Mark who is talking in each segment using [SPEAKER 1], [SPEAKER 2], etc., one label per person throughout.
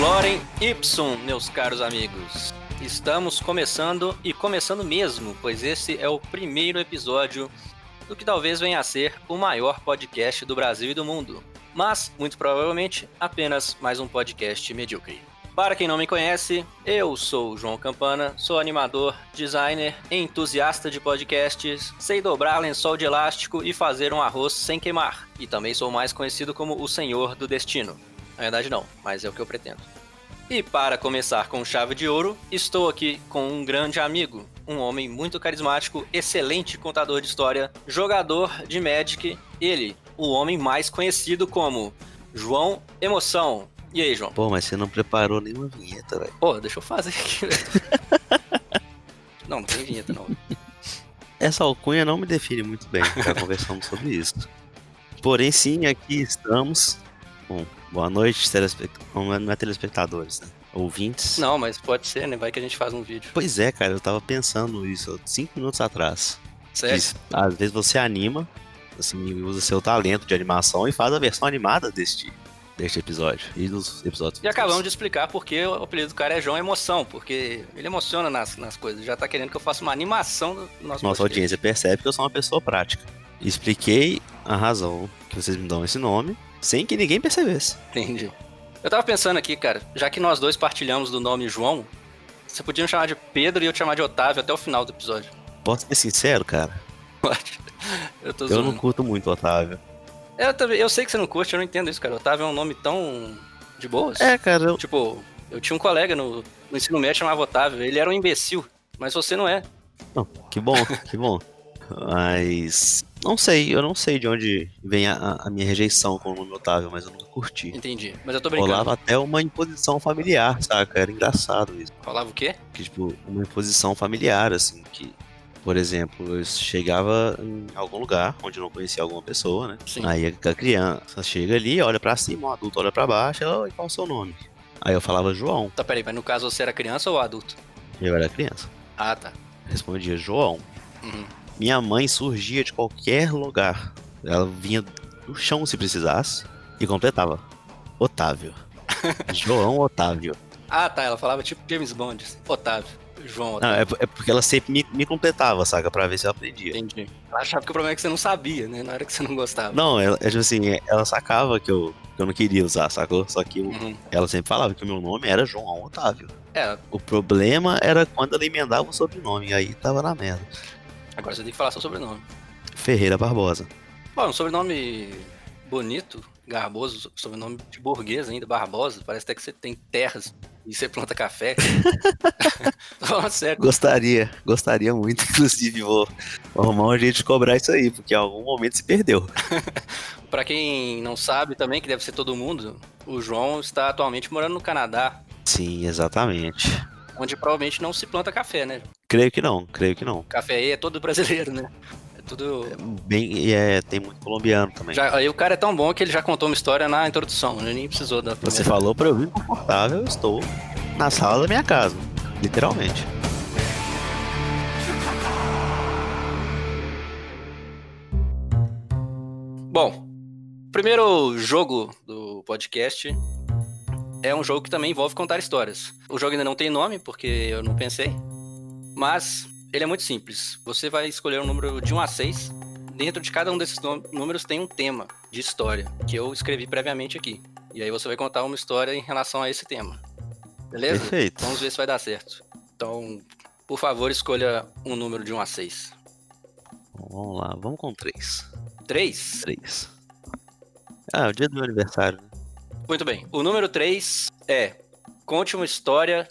[SPEAKER 1] Loren Ipsum, meus caros amigos. Estamos começando e começando mesmo, pois esse é o primeiro episódio do que talvez venha a ser o maior podcast do Brasil e do mundo. Mas, muito provavelmente, apenas mais um podcast medíocre. Para quem não me conhece, eu sou o João Campana, sou animador, designer, entusiasta de podcasts, sei dobrar lençol de elástico e fazer um arroz sem queimar. E também sou mais conhecido como o Senhor do Destino. Na verdade, não, mas é o que eu pretendo. E para começar com chave de ouro, estou aqui com um grande amigo, um homem muito carismático, excelente contador de história, jogador de Magic, ele, o homem mais conhecido como João Emoção. E aí, João?
[SPEAKER 2] Pô, mas você não preparou nenhuma vinheta, velho.
[SPEAKER 1] Pô, deixa eu fazer aqui, velho. Não, não tem vinheta, não.
[SPEAKER 2] Essa alcunha não me define muito bem, já conversamos sobre isso. Porém, sim, aqui estamos. Bom, boa noite, telespect... não é- não é telespectadores, né? Ouvintes.
[SPEAKER 1] Não, mas pode ser, né? Vai que a gente faz um vídeo.
[SPEAKER 2] Pois é, cara, eu tava pensando isso cinco minutos atrás.
[SPEAKER 1] Sério?
[SPEAKER 2] Diz, às vezes você anima, assim, usa seu talento de animação e faz a versão animada deste, deste episódio. E dos episódios.
[SPEAKER 1] E acabamos de explicar porque o apelido do cara é João Emoção, porque ele emociona nas, nas coisas. Já tá querendo que eu faça uma animação do nosso
[SPEAKER 2] Nossa
[SPEAKER 1] podcast.
[SPEAKER 2] audiência percebe que eu sou uma pessoa prática. Expliquei a razão que vocês me dão esse nome sem que ninguém percebesse.
[SPEAKER 1] Entendi. Eu tava pensando aqui, cara, já que nós dois partilhamos do nome João, você podia me chamar de Pedro e eu te chamar de Otávio até o final do episódio.
[SPEAKER 2] Posso ser sincero, cara?
[SPEAKER 1] Eu tô
[SPEAKER 2] Eu
[SPEAKER 1] zoando.
[SPEAKER 2] não curto muito Otávio.
[SPEAKER 1] Eu, também, eu sei que você não curte, eu não entendo isso, cara. Otávio é um nome tão de boas.
[SPEAKER 2] É, cara, eu...
[SPEAKER 1] Tipo, eu tinha um colega no, no ensino médio que chamava Otávio, ele era um imbecil, mas você não é.
[SPEAKER 2] não, que bom, que bom. Mas não sei, eu não sei de onde vem a, a- a minha rejeição com o nome Otávio, mas eu nunca curti.
[SPEAKER 1] Entendi. Mas eu tô brincando.
[SPEAKER 2] Rolava até uma imposição familiar, saca? Era engraçado isso.
[SPEAKER 1] Falava o quê?
[SPEAKER 2] Que, tipo, uma imposição familiar, assim, que, por exemplo, eu chegava em algum lugar onde eu não conhecia alguma pessoa, né?
[SPEAKER 1] Sim.
[SPEAKER 2] Aí a criança chega ali, olha pra cima, o adulto olha pra baixo, ela, "Oi, qual é o seu nome? Aí eu falava João,
[SPEAKER 1] Tá, peraí, mas no caso você era criança ou adulto?
[SPEAKER 2] eu era criança.
[SPEAKER 1] Ah, tá.
[SPEAKER 2] Respondia João.
[SPEAKER 1] Uhum.
[SPEAKER 2] Minha mãe surgia de qualquer lugar. Ela vinha do chão se precisasse e completava. Otávio. João Otávio.
[SPEAKER 1] Ah, tá, ela falava tipo James Bond, assim, Otávio, João
[SPEAKER 2] Não,
[SPEAKER 1] Otávio.
[SPEAKER 2] é, é porque ela sempre me, me completava, saca? Pra ver se eu aprendia.
[SPEAKER 1] Entendi. Ela achava que o problema é que você não sabia, né? Não era que você não gostava.
[SPEAKER 2] Não, ela, é tipo assim, é- ela sacava que eu, que eu não queria usar, sacou? Só que eu-
[SPEAKER 1] Uhum.
[SPEAKER 2] ela sempre falava que o meu nome era João Otávio.
[SPEAKER 1] É,
[SPEAKER 2] O problema era quando ela emendava o sobrenome, aí tava na merda.
[SPEAKER 1] agora você tem que falar seu sobrenome.
[SPEAKER 2] Ferreira Barbosa.
[SPEAKER 1] Bom, um sobrenome bonito, garboso, sobrenome de burguês ainda, Barbosa. Parece até que você tem terras e você planta café. Tô falando sério.
[SPEAKER 2] Gostaria, gostaria muito, inclusive vou vou arrumar um jeito de cobrar isso aí, porque em algum momento se perdeu.
[SPEAKER 1] Pra quem não sabe também, que deve ser todo mundo, o João está atualmente morando no Canadá,
[SPEAKER 2] Sim, exatamente.
[SPEAKER 1] onde provavelmente não se planta café, né?
[SPEAKER 2] Creio que não, creio que não.
[SPEAKER 1] Café aí é todo brasileiro, né? É tudo.
[SPEAKER 2] Bem, e é, tem muito colombiano também.
[SPEAKER 1] Já, aí o cara é tão bom que ele já contou uma história na introdução, né? nem precisou da
[SPEAKER 2] Você falou pra eu vir confortável, eu estou na sala da minha casa, literalmente.
[SPEAKER 1] Bom, o primeiro jogo do podcast é um jogo que também envolve contar histórias. O jogo ainda não tem nome, porque eu não pensei, mas ele é muito simples. Você vai escolher um número de 1 a 6. Dentro de cada um desses nú- números tem um tema de história, que eu escrevi previamente aqui. E aí você vai contar uma história em relação a esse tema. Beleza?
[SPEAKER 2] Perfeito.
[SPEAKER 1] Vamos ver se vai dar certo. Então, por favor, escolha um número de 1 a 6.
[SPEAKER 2] Vamos lá, vamos com três.
[SPEAKER 1] 3?
[SPEAKER 2] Três. Ah, o dia do meu aniversário. né?
[SPEAKER 1] Muito bem. O número 3 é: conte uma história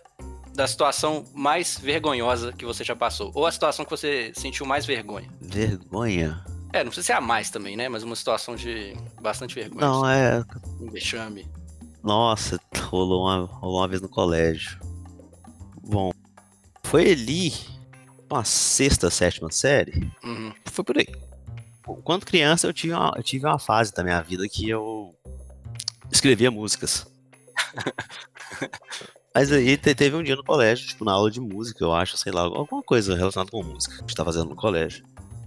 [SPEAKER 1] da situação mais vergonhosa que você já passou. Ou a situação que você sentiu mais vergonha.
[SPEAKER 2] Vergonha.
[SPEAKER 1] É, não precisa ser a mais também, né? Mas uma situação de bastante vergonha.
[SPEAKER 2] Não, é.
[SPEAKER 1] Um vexame.
[SPEAKER 2] Nossa, rolou uma, rolou uma vez no colégio. Bom, foi ali, uma sexta, sétima série.
[SPEAKER 1] Uhum.
[SPEAKER 2] Foi por aí. Quando criança, eu tive uma, eu tive uma fase da minha vida que eu escrevia músicas. Mas aí te- teve um dia no colégio, tipo, na aula de música, eu acho, sei lá, alguma coisa relacionada com música que a gente tá fazendo no colégio.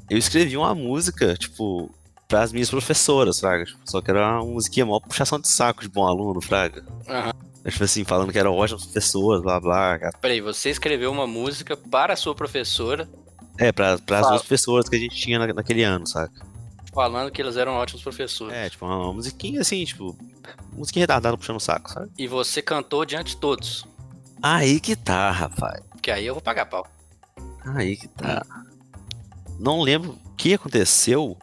[SPEAKER 2] eu escrevi uma música, tipo, pras minhas professoras, Fraga. Tipo, só que era uma musiquinha mó puxação de saco de bom aluno, Fraga.
[SPEAKER 1] Aham.
[SPEAKER 2] Eu, Tipo assim, falando que eram ótimas professoras, blá blá. cara.
[SPEAKER 1] Peraí, você escreveu uma música para a sua professora
[SPEAKER 2] É, pra, pras
[SPEAKER 1] Fala.
[SPEAKER 2] duas pessoas que a gente tinha na- naquele ano, saca?
[SPEAKER 1] falando que eles eram ótimos professores.
[SPEAKER 2] É, tipo, uma, uma musiquinha assim, tipo, musiquinha retardada puxando o saco, sabe?
[SPEAKER 1] E você cantou diante de todos.
[SPEAKER 2] Aí que tá, rapaz.
[SPEAKER 1] Que aí eu vou pagar pau.
[SPEAKER 2] Aí que tá. Não lembro o que aconteceu,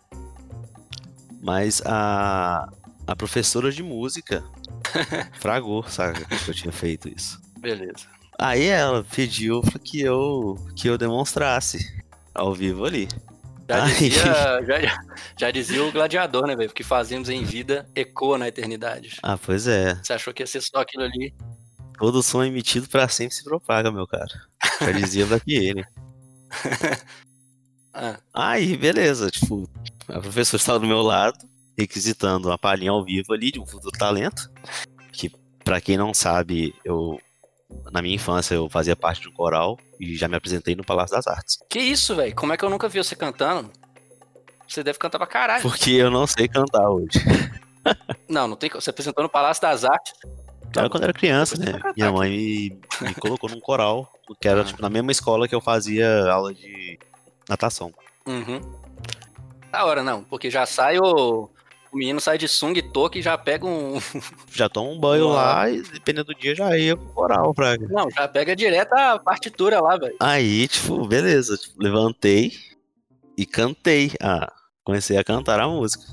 [SPEAKER 2] mas a, a professora de música fragou, sabe? Que eu tinha feito isso.
[SPEAKER 1] Beleza.
[SPEAKER 2] Aí ela pediu pra que eu, que eu demonstrasse ao vivo ali.
[SPEAKER 1] Já
[SPEAKER 2] Ai.
[SPEAKER 1] dizia, já, já dizia o gladiador, né, velho? Porque fazemos em vida ecoa na eternidade.
[SPEAKER 2] Ah, pois é.
[SPEAKER 1] Você achou que ia ser só aquilo ali?
[SPEAKER 2] Todo som emitido pra sempre se propaga, meu cara. Já dizia Black ele.
[SPEAKER 1] Ah,
[SPEAKER 2] Aí, beleza. Tipo, a professora estava do meu lado, requisitando uma palhinha ao vivo ali de um futuro talento. Que, pra quem não sabe, eu. Na minha infância, eu fazia parte de um coral e já me apresentei no Palácio das Artes.
[SPEAKER 1] que isso, velho? Como é que eu nunca vi você cantando? Você deve cantar pra caralho.
[SPEAKER 2] Porque eu não sei cantar hoje.
[SPEAKER 1] Não, não tem. co- Você apresentou no Palácio das Artes. Tá
[SPEAKER 2] Era
[SPEAKER 1] bom.
[SPEAKER 2] quando eu era criança,
[SPEAKER 1] Depois você
[SPEAKER 2] né?
[SPEAKER 1] vai cantar
[SPEAKER 2] Minha mãe me, me colocou num coral, que era
[SPEAKER 1] Ah.
[SPEAKER 2] tipo, na mesma escola que eu fazia aula de natação.
[SPEAKER 1] Uhum. Da hora, não. Porque já sai o. O menino sai de sung e toque e já pega um.
[SPEAKER 2] Já tomo um banho
[SPEAKER 1] Uau.
[SPEAKER 2] lá e, dependendo do dia, já ia pro coral, pra
[SPEAKER 1] Não, já pega direto a partitura lá, velho.
[SPEAKER 2] Aí, tipo, beleza, tipo, levantei e cantei. Ah, comecei a cantar a música.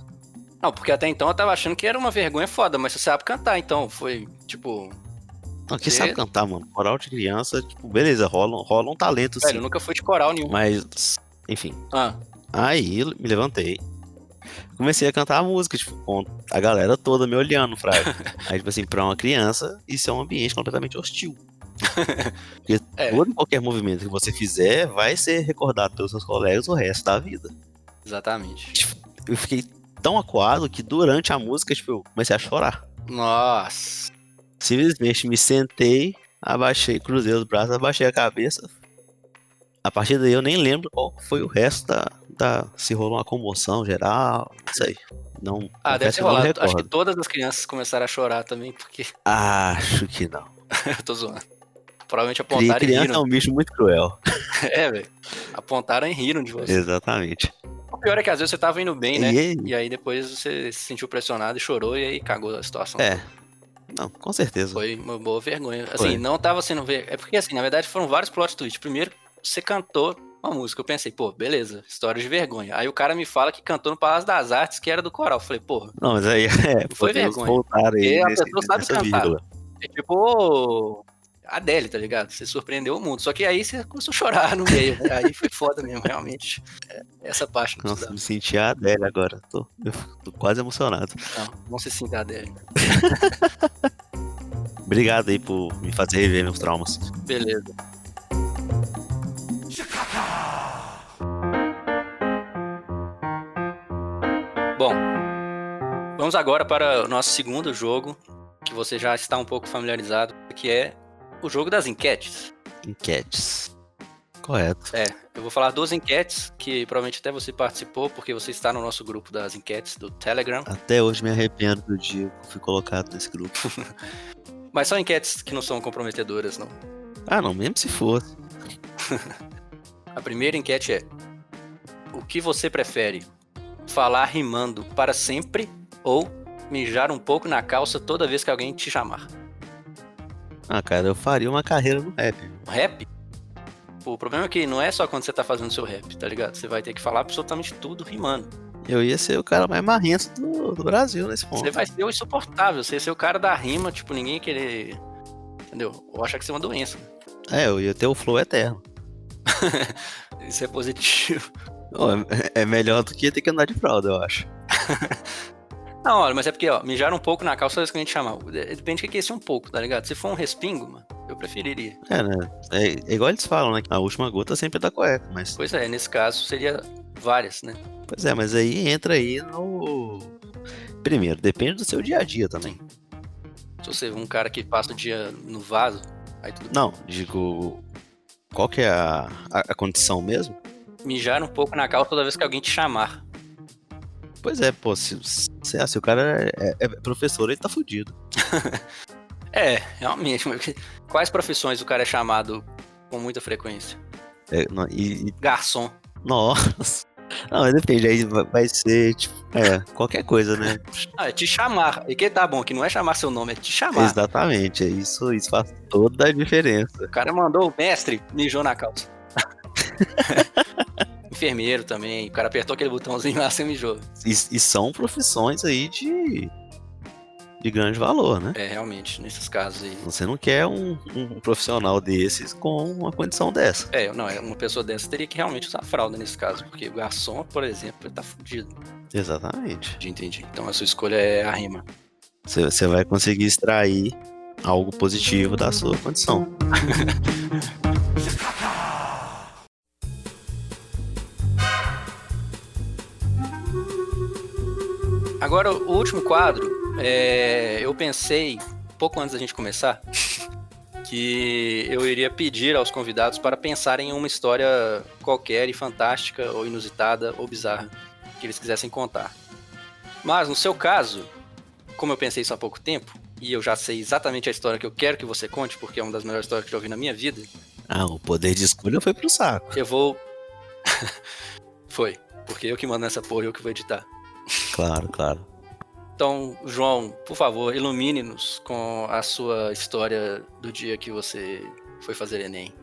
[SPEAKER 1] Não, porque até então eu tava achando que era uma vergonha foda, mas você sabe cantar, então foi tipo.
[SPEAKER 2] Não, Então, quem sabe cantar, mano? Coral de criança, tipo, beleza, rola, um- rola um talento,
[SPEAKER 1] Velho,
[SPEAKER 2] sim.
[SPEAKER 1] eu nunca fui de coral nenhum.
[SPEAKER 2] Mas, enfim.
[SPEAKER 1] Ah,
[SPEAKER 2] Aí, me levantei. Comecei a cantar a música, tipo, com a galera toda me olhando, fraga. Aí, tipo assim, pra uma criança, isso é um ambiente completamente hostil. Porque
[SPEAKER 1] É.
[SPEAKER 2] todo e qualquer movimento que você fizer vai ser recordado pelos seus colegas o resto da vida.
[SPEAKER 1] exatamente.
[SPEAKER 2] eu fiquei tão acuado que durante a música, tipo, eu comecei a chorar.
[SPEAKER 1] Nossa.
[SPEAKER 2] Simplesmente me sentei, abaixei, cruzei os braços, abaixei a cabeça. A partir daí eu nem lembro qual foi o resto da. da- se rolou uma comoção geral, não sei. Não,
[SPEAKER 1] Ah, deve ter
[SPEAKER 2] confesso que eu não
[SPEAKER 1] rolado. Acho que
[SPEAKER 2] recordo.
[SPEAKER 1] todas as crianças começaram a chorar também, porque.
[SPEAKER 2] Acho que não.
[SPEAKER 1] eu tô zoando. Provavelmente
[SPEAKER 2] Cri-
[SPEAKER 1] apontaram e
[SPEAKER 2] criança é
[SPEAKER 1] riram.
[SPEAKER 2] um bicho muito cruel.
[SPEAKER 1] É, velho. Apontaram e riram de você.
[SPEAKER 2] Exatamente.
[SPEAKER 1] O pior é que às vezes você tava indo bem, é. né?
[SPEAKER 2] E aí-
[SPEAKER 1] E aí depois você se sentiu pressionado e chorou e aí cagou a situação.
[SPEAKER 2] É. Não, com certeza.
[SPEAKER 1] Foi uma boa vergonha. Assim,
[SPEAKER 2] Foi.
[SPEAKER 1] não tava sendo ver. É porque, assim, na verdade foram vários plot twists. Primeiro, você cantou uma música. Eu pensei, pô, beleza, história de vergonha. Aí o cara me fala que cantou no Palácio das Artes, que era do coral. Eu falei, porra,
[SPEAKER 2] Não, mas aí é,
[SPEAKER 1] Foi
[SPEAKER 2] podemos
[SPEAKER 1] vergonha.
[SPEAKER 2] voltar aí
[SPEAKER 1] Porque a
[SPEAKER 2] nesse,
[SPEAKER 1] pessoa sabe
[SPEAKER 2] nessa
[SPEAKER 1] cantar.
[SPEAKER 2] vírgula.
[SPEAKER 1] é tipo. Adele, tá ligado? Você surpreendeu o mundo. Só que aí você começou a chorar no meio. né? Aí foi foda mesmo, realmente. É, Essa parte não
[SPEAKER 2] Nossa,
[SPEAKER 1] precisava.
[SPEAKER 2] me senti a Adele agora. Tô, eu tô quase emocionado.
[SPEAKER 1] Não, não se sinta Adele.
[SPEAKER 2] Obrigado aí por me fazer rever meus traumas.
[SPEAKER 1] Beleza. Bom, vamos agora para o nosso segundo jogo, que você já está um pouco familiarizado, que é o jogo das enquetes.
[SPEAKER 2] Enquetes. Correto.
[SPEAKER 1] É, eu vou falar duas enquetes, que provavelmente até você participou, porque você está no nosso grupo das enquetes do Telegram.
[SPEAKER 2] Até hoje me arrependo do dia que eu fui colocado nesse grupo.
[SPEAKER 1] Mas são enquetes que não são comprometedoras, não.
[SPEAKER 2] Ah, não, mesmo se fosse.
[SPEAKER 1] A primeira enquete é: O que você prefere? Falar rimando para sempre ou mijar um pouco na calça toda vez que alguém te chamar?
[SPEAKER 2] Ah, cara, eu faria uma carreira no rap. viu?
[SPEAKER 1] O rap? O problema é que não é só quando você tá fazendo seu rap, tá ligado? Você vai ter que falar absolutamente tudo rimando.
[SPEAKER 2] Eu ia ser o cara mais marrento do, do Brasil nesse ponto.
[SPEAKER 1] Você vai ser o insuportável, você ia ser o cara da rima, tipo, ninguém ia querer. Entendeu? Ou achar que você é uma doença.
[SPEAKER 2] É, eu ia ter o flow eterno.
[SPEAKER 1] Isso é positivo.
[SPEAKER 2] Ô, é, é melhor do que ter que andar de fralda, eu acho.
[SPEAKER 1] Não, olha, mas é porque, ó, mijar um pouco na calça toda vez que alguém te chamar. Depende do que é esse um pouco, tá ligado? Se for um respingo, mano, eu preferiria.
[SPEAKER 2] É, né? É, é igual eles falam, né? A última gota sempre é da cueca, mas.
[SPEAKER 1] Pois é, nesse caso seria várias, né?
[SPEAKER 2] Pois é, mas aí entra aí no. Primeiro, depende do seu dia a dia também.
[SPEAKER 1] Se você é um cara que passa o dia no vaso, aí tudo
[SPEAKER 2] Não, digo. Qual que é a, a, a condição mesmo?
[SPEAKER 1] mijar um pouco na calça toda vez que alguém te chamar.
[SPEAKER 2] Pois é, pô, se, se, se o cara é, é professor, ele tá fudido.
[SPEAKER 1] É, realmente. mas Quais profissões o cara é chamado com muita frequência?
[SPEAKER 2] É, não, e, e-
[SPEAKER 1] Garçom.
[SPEAKER 2] nossa. Não, mas depende, aí vai- vai ser, tipo, é, qualquer coisa, né?
[SPEAKER 1] Ah, é te chamar. E que tá bom, que não é chamar seu nome, é te chamar.
[SPEAKER 2] Exatamente, é isso, isso faz toda a diferença.
[SPEAKER 1] O cara mandou o mestre, mijou na calça. Enfermeiro também. O cara apertou aquele botãozinho lá, você mijou.
[SPEAKER 2] E, e são profissões aí de, de grande valor, né?
[SPEAKER 1] É, realmente, nesses casos aí.
[SPEAKER 2] Você não quer um, um profissional desses com uma condição dessa.
[SPEAKER 1] É, não, é uma pessoa dessa teria que realmente usar fralda nesse caso, porque o garçom, por exemplo, ele tá fudido.
[SPEAKER 2] Exatamente.
[SPEAKER 1] Entendi, entendi. Então a sua escolha é a rima.
[SPEAKER 2] Você, você vai conseguir extrair algo positivo da sua condição.
[SPEAKER 1] Agora, o último quadro, é, eu pensei, pouco antes da gente começar, que eu iria pedir aos convidados para pensarem em uma história qualquer e fantástica, ou inusitada, ou bizarra, que eles quisessem contar. Mas, no seu caso, como eu pensei isso há pouco tempo, e eu já sei exatamente a história que eu quero que você conte, porque é uma das melhores histórias que eu já ouvi na minha vida,
[SPEAKER 2] Ah, o poder de escolha foi pro saco.
[SPEAKER 1] eu vou... Foi, porque eu que mando nessa porra, eu que vou editar.
[SPEAKER 2] Claro, claro.
[SPEAKER 1] Então, João, por favor, ilumine-nos com a sua história do dia que você foi fazer Enem.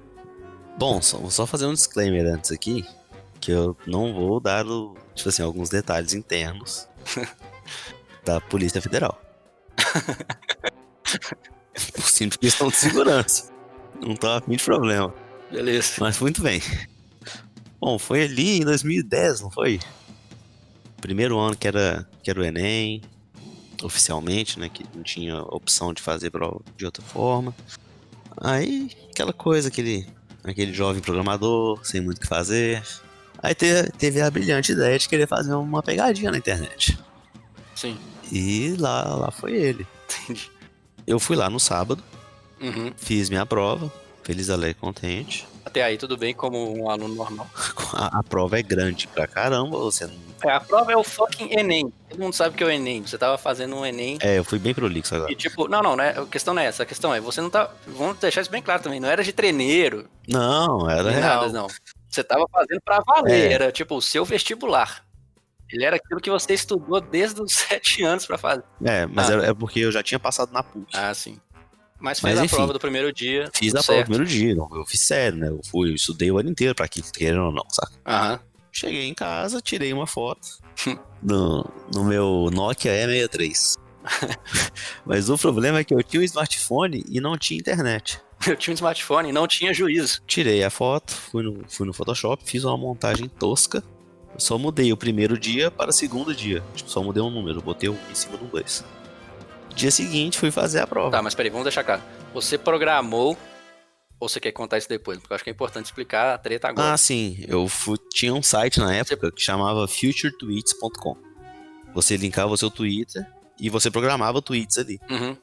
[SPEAKER 2] Bom, só, vou só fazer um disclaimer antes aqui, que eu não vou dar, o- tipo assim, alguns detalhes internos da Polícia Federal. Por simples questão de segurança. Não tô afim de problema.
[SPEAKER 1] Beleza.
[SPEAKER 2] Mas muito bem. Bom, foi ali em 2010, não foi? Primeiro ano que era, que era o Enem, oficialmente, né? Que não tinha opção de fazer pra, de outra forma. Aí, aquela coisa, aquele, aquele jovem programador, sem muito o que fazer. Aí teve, teve a brilhante ideia de querer fazer uma pegadinha na internet.
[SPEAKER 1] Sim.
[SPEAKER 2] E lá, lá foi ele.
[SPEAKER 1] Entendi.
[SPEAKER 2] Eu fui lá no sábado,
[SPEAKER 1] Uhum.
[SPEAKER 2] fiz minha prova, feliz, alegre, contente.
[SPEAKER 1] Até aí, tudo bem, como um aluno normal.
[SPEAKER 2] A, a prova é grande pra caramba, você não
[SPEAKER 1] É, a prova é o fucking Enem. Todo mundo sabe que é o Enem. Você tava fazendo um Enem.
[SPEAKER 2] É, eu fui bem prolixo agora.
[SPEAKER 1] E tipo, não, não, né? A questão não é essa. A questão é, você não tá. Vamos deixar isso bem claro também. Não era de treineiro,
[SPEAKER 2] Não, era
[SPEAKER 1] nem nada,
[SPEAKER 2] real.
[SPEAKER 1] não. Você tava fazendo pra valer.
[SPEAKER 2] É.
[SPEAKER 1] Era tipo o seu vestibular. Ele era aquilo que você estudou desde os sete anos pra fazer.
[SPEAKER 2] É, mas
[SPEAKER 1] Ah.
[SPEAKER 2] era- é porque eu já tinha passado na PUC.
[SPEAKER 1] Ah, sim. Mas
[SPEAKER 2] Mas
[SPEAKER 1] fez a
[SPEAKER 2] enfim.
[SPEAKER 1] prova do primeiro dia.
[SPEAKER 2] Fiz
[SPEAKER 1] tudo
[SPEAKER 2] a prova no
[SPEAKER 1] certo.
[SPEAKER 2] primeiro dia, não, eu fiz sério, né? Eu fui, eu estudei o ano inteiro pra aquilo, querendo ou não, saca?
[SPEAKER 1] Aham.
[SPEAKER 2] Cheguei em casa, tirei uma foto no, no meu Nokia E63. mas o problema é que eu tinha um smartphone e não tinha internet.
[SPEAKER 1] Eu tinha um smartphone e não tinha juízo.
[SPEAKER 2] Tirei a foto, fui no, fui no Photoshop, fiz uma montagem tosca. Só mudei o primeiro dia para o segundo dia. Tipo, só mudei um número, botei um em cima do dois. Dia seguinte fui fazer a prova.
[SPEAKER 1] Tá, mas peraí, vamos deixar claro. Você programou. Ou você quer contar isso depois? Porque eu acho que é importante explicar a treta agora.
[SPEAKER 2] Ah, sim. Eu fui- tinha um site na época que chamava futuretweets.com. Você linkava o seu Twitter e você programava tweets ali.
[SPEAKER 1] Uhum.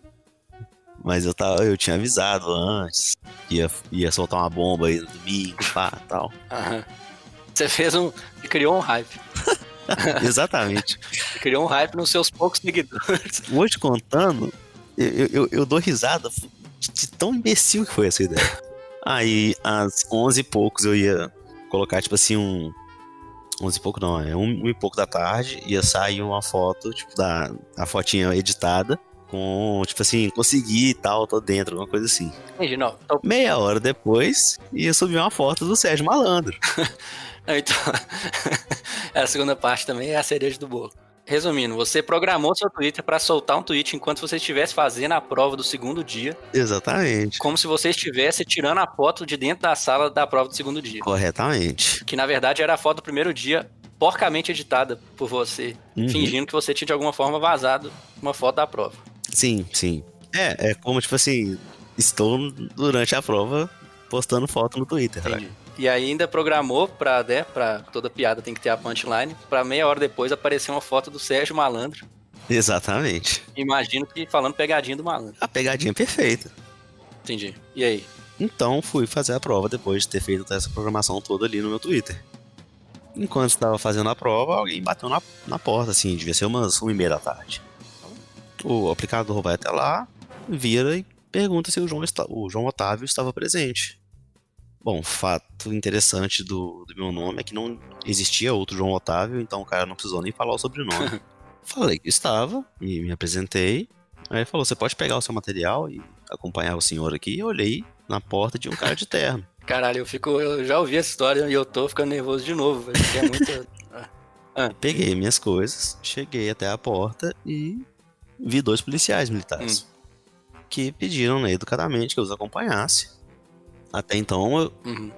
[SPEAKER 2] Mas eu, tava, eu tinha avisado antes que ia, ia soltar uma bomba aí no domingo, pá, tal.
[SPEAKER 1] Aham. Você fez um. Você criou um hype.
[SPEAKER 2] Exatamente.
[SPEAKER 1] Você criou um hype nos seus poucos seguidores.
[SPEAKER 2] Hoje contando, eu, eu- eu dou risada de, de tão imbecil que foi essa ideia. Aí, às 11 e poucos, eu ia colocar, tipo assim, um. 11 e pouco não, é um, um e pouco da tarde, ia sair uma foto, tipo, da a fotinha editada, com, tipo assim, consegui e tal, tô dentro, alguma coisa assim.
[SPEAKER 1] Entendi, não. Então,
[SPEAKER 2] Meia hora depois, ia subir uma foto do Sérgio Malandro.
[SPEAKER 1] não, então... a segunda parte também é a cereja do bolo. Resumindo, você programou seu Twitter pra soltar um tweet enquanto você estivesse fazendo a prova do segundo dia,
[SPEAKER 2] Exatamente.
[SPEAKER 1] como se você estivesse tirando a foto de dentro da sala da prova do segundo dia.
[SPEAKER 2] Corretamente.
[SPEAKER 1] que na verdade era a foto do primeiro dia, porcamente editada por você,
[SPEAKER 2] Uhum.
[SPEAKER 1] fingindo que você tinha de alguma forma vazado uma foto da prova.
[SPEAKER 2] Sim, sim. É, é como, tipo assim, estou durante a prova postando foto no Twitter. né?
[SPEAKER 1] Entendi. E aí ainda programou pra, né, pra toda piada tem que ter a punchline, pra meia hora depois aparecer uma foto do Sérgio Malandro,
[SPEAKER 2] Exatamente.
[SPEAKER 1] imagino que falando pegadinha do malandro.
[SPEAKER 2] A pegadinha é perfeita.
[SPEAKER 1] Entendi. E aí?
[SPEAKER 2] Então fui fazer a prova depois de ter feito essa programação toda ali no meu Twitter. enquanto estava fazendo a prova, alguém bateu na, na porta, assim, devia ser umas 1 e meia da tarde. O aplicador vai até lá, vira e pergunta se o João, está- o João Otávio estava presente. Bom, fato interessante do, do meu nome é que não existia outro João Otávio, então o cara não precisou nem falar o sobrenome. Falei que estava, me, me apresentei. Aí ele falou: você pode pegar o seu material e acompanhar o senhor aqui. E eu olhei na porta de um cara de terno.
[SPEAKER 1] Caralho, eu fico. Eu já ouvi essa história e eu tô ficando nervoso de novo, velho. porque É muito.
[SPEAKER 2] Peguei minhas coisas, cheguei até a porta e vi dois policiais militares que pediram né, educadamente que eu os acompanhasse. Até então, eu,
[SPEAKER 1] Uhum.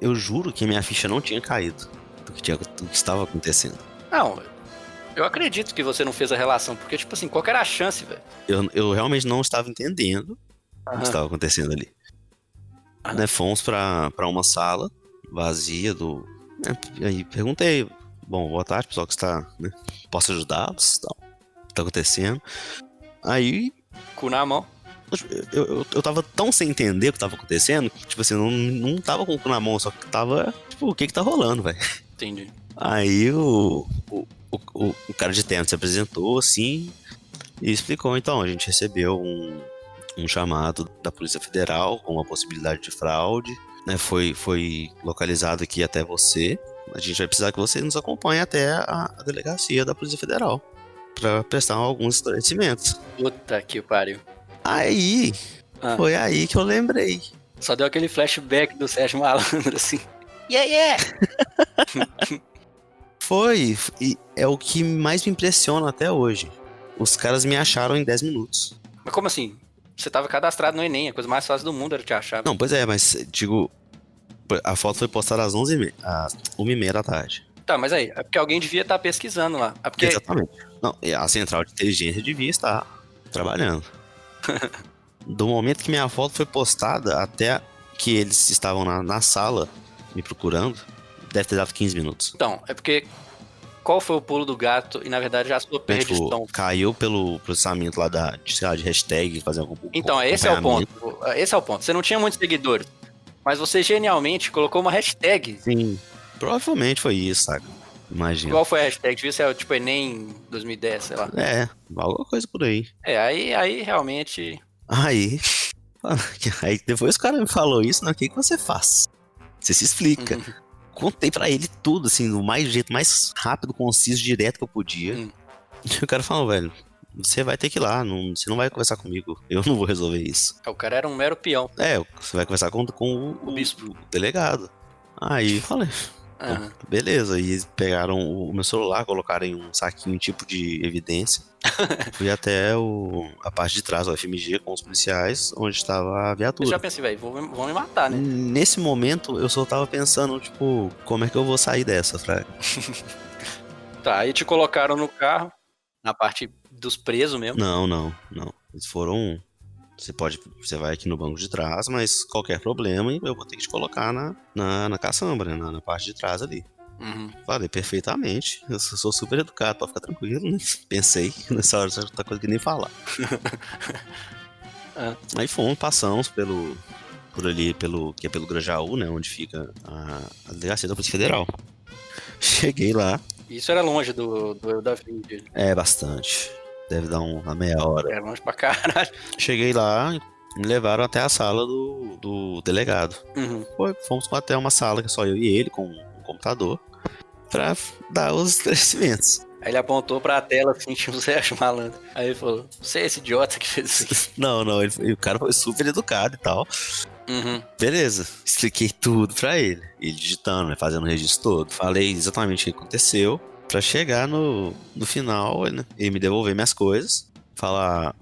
[SPEAKER 2] eu juro que minha ficha não tinha caído do que, tinha- do que estava acontecendo.
[SPEAKER 1] Não, eu acredito que você não fez a relação, porque, tipo assim, qual que era a chance, velho?
[SPEAKER 2] Eu, eu realmente não estava entendendo o que estava acontecendo ali.
[SPEAKER 1] Aham.
[SPEAKER 2] Né, fomos para uma sala vazia do. né, aí perguntei, bom, boa tarde, pessoal que está. Né, posso ajudá-los? Tal. O que está acontecendo? Aí
[SPEAKER 1] Cu na mão.
[SPEAKER 2] eu, eu, eu tava tão sem entender o que tava acontecendo, que, tipo assim, não, não tava com o cu na mão, só que tava, tipo, o que que tá rolando, velho?
[SPEAKER 1] Entendi.
[SPEAKER 2] Aí o, o, o, o cara de terno se apresentou, assim, e explicou, então, a gente recebeu um, um chamado da Polícia Federal com uma possibilidade de fraude, né, foi, foi localizado aqui até você, a gente vai precisar que você nos acompanhe até a, a delegacia da Polícia Federal para prestar alguns esclarecimentos.
[SPEAKER 1] Puta que pariu.
[SPEAKER 2] Aí,
[SPEAKER 1] Ah.
[SPEAKER 2] foi aí que eu lembrei.
[SPEAKER 1] Só deu aquele flashback do Sérgio Malandro, assim. Yeah, yeah!
[SPEAKER 2] Foi, e é o que mais me impressiona até hoje. Os caras me acharam em 10 minutos.
[SPEAKER 1] Mas como assim? Você tava cadastrado no Enem, a coisa mais fácil do mundo era te achar.
[SPEAKER 2] Não, pois é, mas digo, a foto foi postada às 11h30, às 1h30 da tarde.
[SPEAKER 1] Tá, mas aí, é porque alguém devia estar pesquisando lá. É porque
[SPEAKER 2] Exatamente. Não, e a central de inteligência devia estar trabalhando. Do momento que minha foto foi postada até que eles estavam na, na sala me procurando, deve ter dado 15 minutos.
[SPEAKER 1] Então, é porque qual foi o pulo do gato e na verdade a sua
[SPEAKER 2] Então, tipo,
[SPEAKER 1] perdição?
[SPEAKER 2] caiu pelo processamento lá da, de, sei lá, de hashtag, fazer algum
[SPEAKER 1] Então, esse é o
[SPEAKER 2] acompanhamento.
[SPEAKER 1] ponto. Esse é o ponto. Você não tinha muitos seguidores, mas você genialmente colocou uma hashtag.
[SPEAKER 2] Sim. Provavelmente foi isso, sabe? Imagina.
[SPEAKER 1] Qual foi a hashtag? Devia ser tipo Enem 2010, sei lá.
[SPEAKER 2] É, alguma coisa por aí.
[SPEAKER 1] É, aí, aí realmente.
[SPEAKER 2] Aí. Aí depois o cara me falou isso, né? O que, que você faz? Você se explica.
[SPEAKER 1] Uhum.
[SPEAKER 2] Contei pra ele tudo, assim, do mais jeito mais rápido, conciso, direto que eu podia.
[SPEAKER 1] Hum.
[SPEAKER 2] E o cara falou, velho, você vai ter que ir lá, não, você não vai conversar comigo. Eu não vou resolver isso.
[SPEAKER 1] O cara era um mero peão.
[SPEAKER 2] É, você vai conversar com, com o,
[SPEAKER 1] O bispo.
[SPEAKER 2] o delegado. Aí eu falei,
[SPEAKER 1] Aham.
[SPEAKER 2] Beleza, e eles pegaram o meu celular, colocaram em um saquinho tipo de evidência. Fui até o, a parte de trás, o FMG, com os policiais, onde estava a
[SPEAKER 1] Eu já
[SPEAKER 2] viatura.
[SPEAKER 1] pensei, velho, vão vão me matar, né?
[SPEAKER 2] Nesse momento, eu só tava pensando, tipo, como é que eu vou sair dessa, fraga?
[SPEAKER 1] Tá, aí te colocaram no carro, na parte dos presos mesmo.
[SPEAKER 2] Não, não, não. Eles foram. Você pode. Você vai aqui no banco de trás, mas qualquer problema eu vou ter que te colocar na, na, na caçamba, né? Na, na parte de trás ali.
[SPEAKER 1] Uhum.
[SPEAKER 2] Falei perfeitamente. Eu sou sou super educado, pode ficar tranquilo, né? Pensei nessa hora, só tá coisa que nem falar.
[SPEAKER 1] Ah.
[SPEAKER 2] Aí fomos, passamos pelo. Por ali, pelo, que é pelo Grajaú, né? Onde fica a, a delegacia da Polícia Federal. Cheguei lá.
[SPEAKER 1] Isso era longe do, do da vida dele.
[SPEAKER 2] É bastante. Deve dar um- uma meia hora.
[SPEAKER 1] Era é longe pra caralho.
[SPEAKER 2] Cheguei lá, me levaram até a sala do, do delegado.
[SPEAKER 1] Uhum.
[SPEAKER 2] Foi, fomos até uma sala que só eu e ele, com um computador, pra dar os esclarecimentos.
[SPEAKER 1] Aí ele apontou pra tela assim, tinha o Sérgio Malandro. Aí ele falou: Você é esse idiota que fez isso.
[SPEAKER 2] Não, não, ele, o cara foi super educado e tal.
[SPEAKER 1] Uhum.
[SPEAKER 2] Beleza, expliquei tudo pra ele. Ele digitando, né, fazendo o registro todo. Falei exatamente o que aconteceu. Pra chegar no, no final, ele, né, ele me devolver minhas coisas. Falar: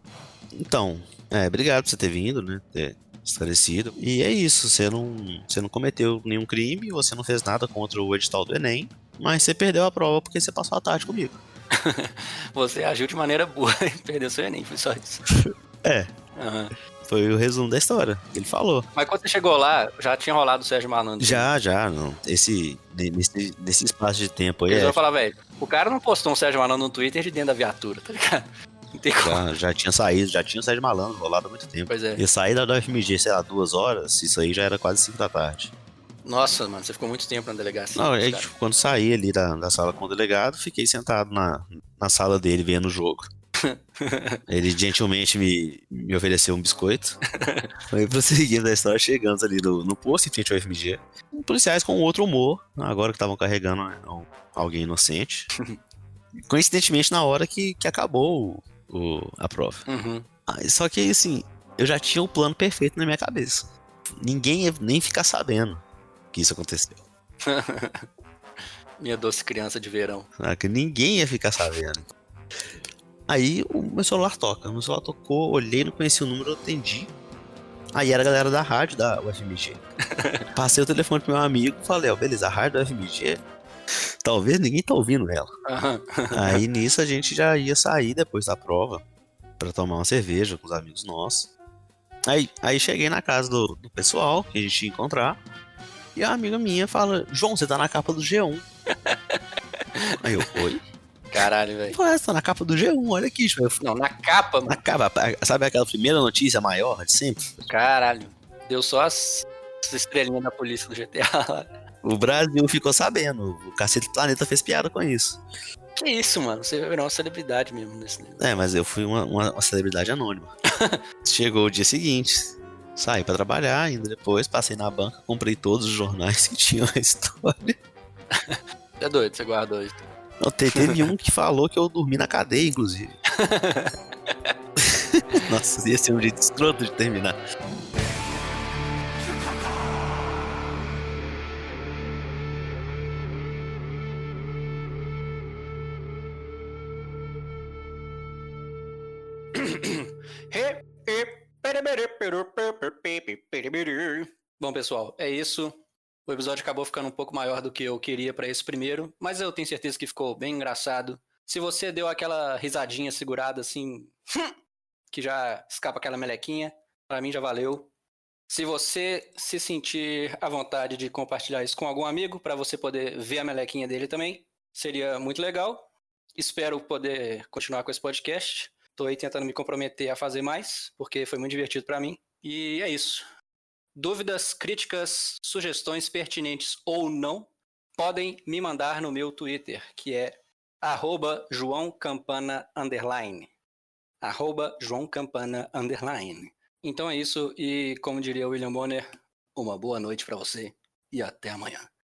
[SPEAKER 2] Então, é, obrigado por você ter vindo, né? Ter esclarecido. E é isso, você não, você não cometeu nenhum crime, você não fez nada contra o edital do Enem. Mas você perdeu a prova porque você passou a tarde comigo.
[SPEAKER 1] Você agiu de maneira burra e perdeu seu Enem, foi só isso.
[SPEAKER 2] É.
[SPEAKER 1] Aham.
[SPEAKER 2] Foi o resumo da história. Ele falou.
[SPEAKER 1] Mas quando você chegou lá, já tinha rolado o Sérgio Malandro.
[SPEAKER 2] Já, já, não. Esse, nesse, nesse espaço de tempo aí,
[SPEAKER 1] Eles
[SPEAKER 2] é,
[SPEAKER 1] vão falar, velho, o cara não postou um Sérgio Malandro no Twitter de dentro da viatura, tá ligado? Não tem como.
[SPEAKER 2] já, já tinha saído, já tinha saído malandro, rolado há muito tempo.
[SPEAKER 1] Pois é.
[SPEAKER 2] Eu saí da da FMG, sei lá, duas horas, isso aí já era quase cinco da tarde.
[SPEAKER 1] Nossa, mano, você ficou muito tempo na delegacia.
[SPEAKER 2] Não,
[SPEAKER 1] dos
[SPEAKER 2] aí,
[SPEAKER 1] caras.
[SPEAKER 2] tipo, quando saí ali da, da sala com o delegado, fiquei sentado na, na sala dele vendo o jogo. Ele gentilmente me, me ofereceu um biscoito. Aí prosseguindo a história, chegamos ali no, no posto em frente ao FMG. Policiais com outro humor, agora que estavam carregando um- alguém inocente. Coincidentemente, na hora que, que acabou o- o- a prova.
[SPEAKER 1] Uhum.
[SPEAKER 2] Ah, Só que assim, eu já tinha o plano perfeito na minha cabeça. Ninguém ia nem ficar sabendo que isso aconteceu.
[SPEAKER 1] Minha doce criança de verão.
[SPEAKER 2] Saca? né? Ninguém ia ficar sabendo. Aí o meu celular toca. Meu celular tocou, olhei, não conheci o número, eu atendi. Aí era a galera da rádio da UFMG. Passei o telefone pro meu amigo, falei, ó, beleza, a rádio da UFMG. Talvez ninguém tá ouvindo ela.
[SPEAKER 1] Aham.
[SPEAKER 2] Aí nisso a gente já ia sair depois da prova pra tomar uma cerveja com os amigos nossos. Aí, aí cheguei na casa do, do pessoal que a gente ia encontrar. E a amiga minha fala: João, você tá na capa do G1. aí eu, oi?
[SPEAKER 1] Caralho,
[SPEAKER 2] Eu
[SPEAKER 1] velho.
[SPEAKER 2] falei, "Ah, você tá na capa do G1, olha aqui. João." Eu
[SPEAKER 1] Não,
[SPEAKER 2] falei,
[SPEAKER 1] na capa, mano.
[SPEAKER 2] na capa, sabe aquela primeira notícia maior de sempre?
[SPEAKER 1] Caralho. Deu só as, as estrelinhas da polícia do GTA lá.
[SPEAKER 2] O Brasil ficou sabendo. O Cacete do Planeta fez piada com isso.
[SPEAKER 1] Que isso, mano. Você virou uma celebridade mesmo nesse negócio.
[SPEAKER 2] É, mas eu fui uma, uma- uma celebridade anônima. Chegou o dia seguinte, saí pra trabalhar, ainda depois passei na banca, comprei todos os jornais que tinham a história.
[SPEAKER 1] Você é doido, você guardou isso.
[SPEAKER 2] Não, te- teve um que falou que eu dormi na cadeia, inclusive. Nossa, ia ser um jeito escroto de terminar.
[SPEAKER 1] Bom, pessoal, é isso. O episódio acabou ficando um pouco maior do que eu queria pra esse primeiro, mas eu tenho certeza que ficou bem engraçado. Se você deu aquela risadinha segurada assim, que já escapa aquela melequinha, pra mim já valeu. Se você se sentir à vontade de compartilhar isso com algum amigo pra você poder ver a melequinha dele também, seria muito legal. Espero poder continuar com esse podcast. Tô aí tentando me comprometer a fazer mais, porque foi muito divertido pra mim. E é isso. Dúvidas, críticas, sugestões pertinentes ou não, podem me mandar no meu Twitter, que é arroba João Campana underline. Arroba João Campana underline. Então é isso, e como diria William Bonner, uma boa noite pra você e até amanhã.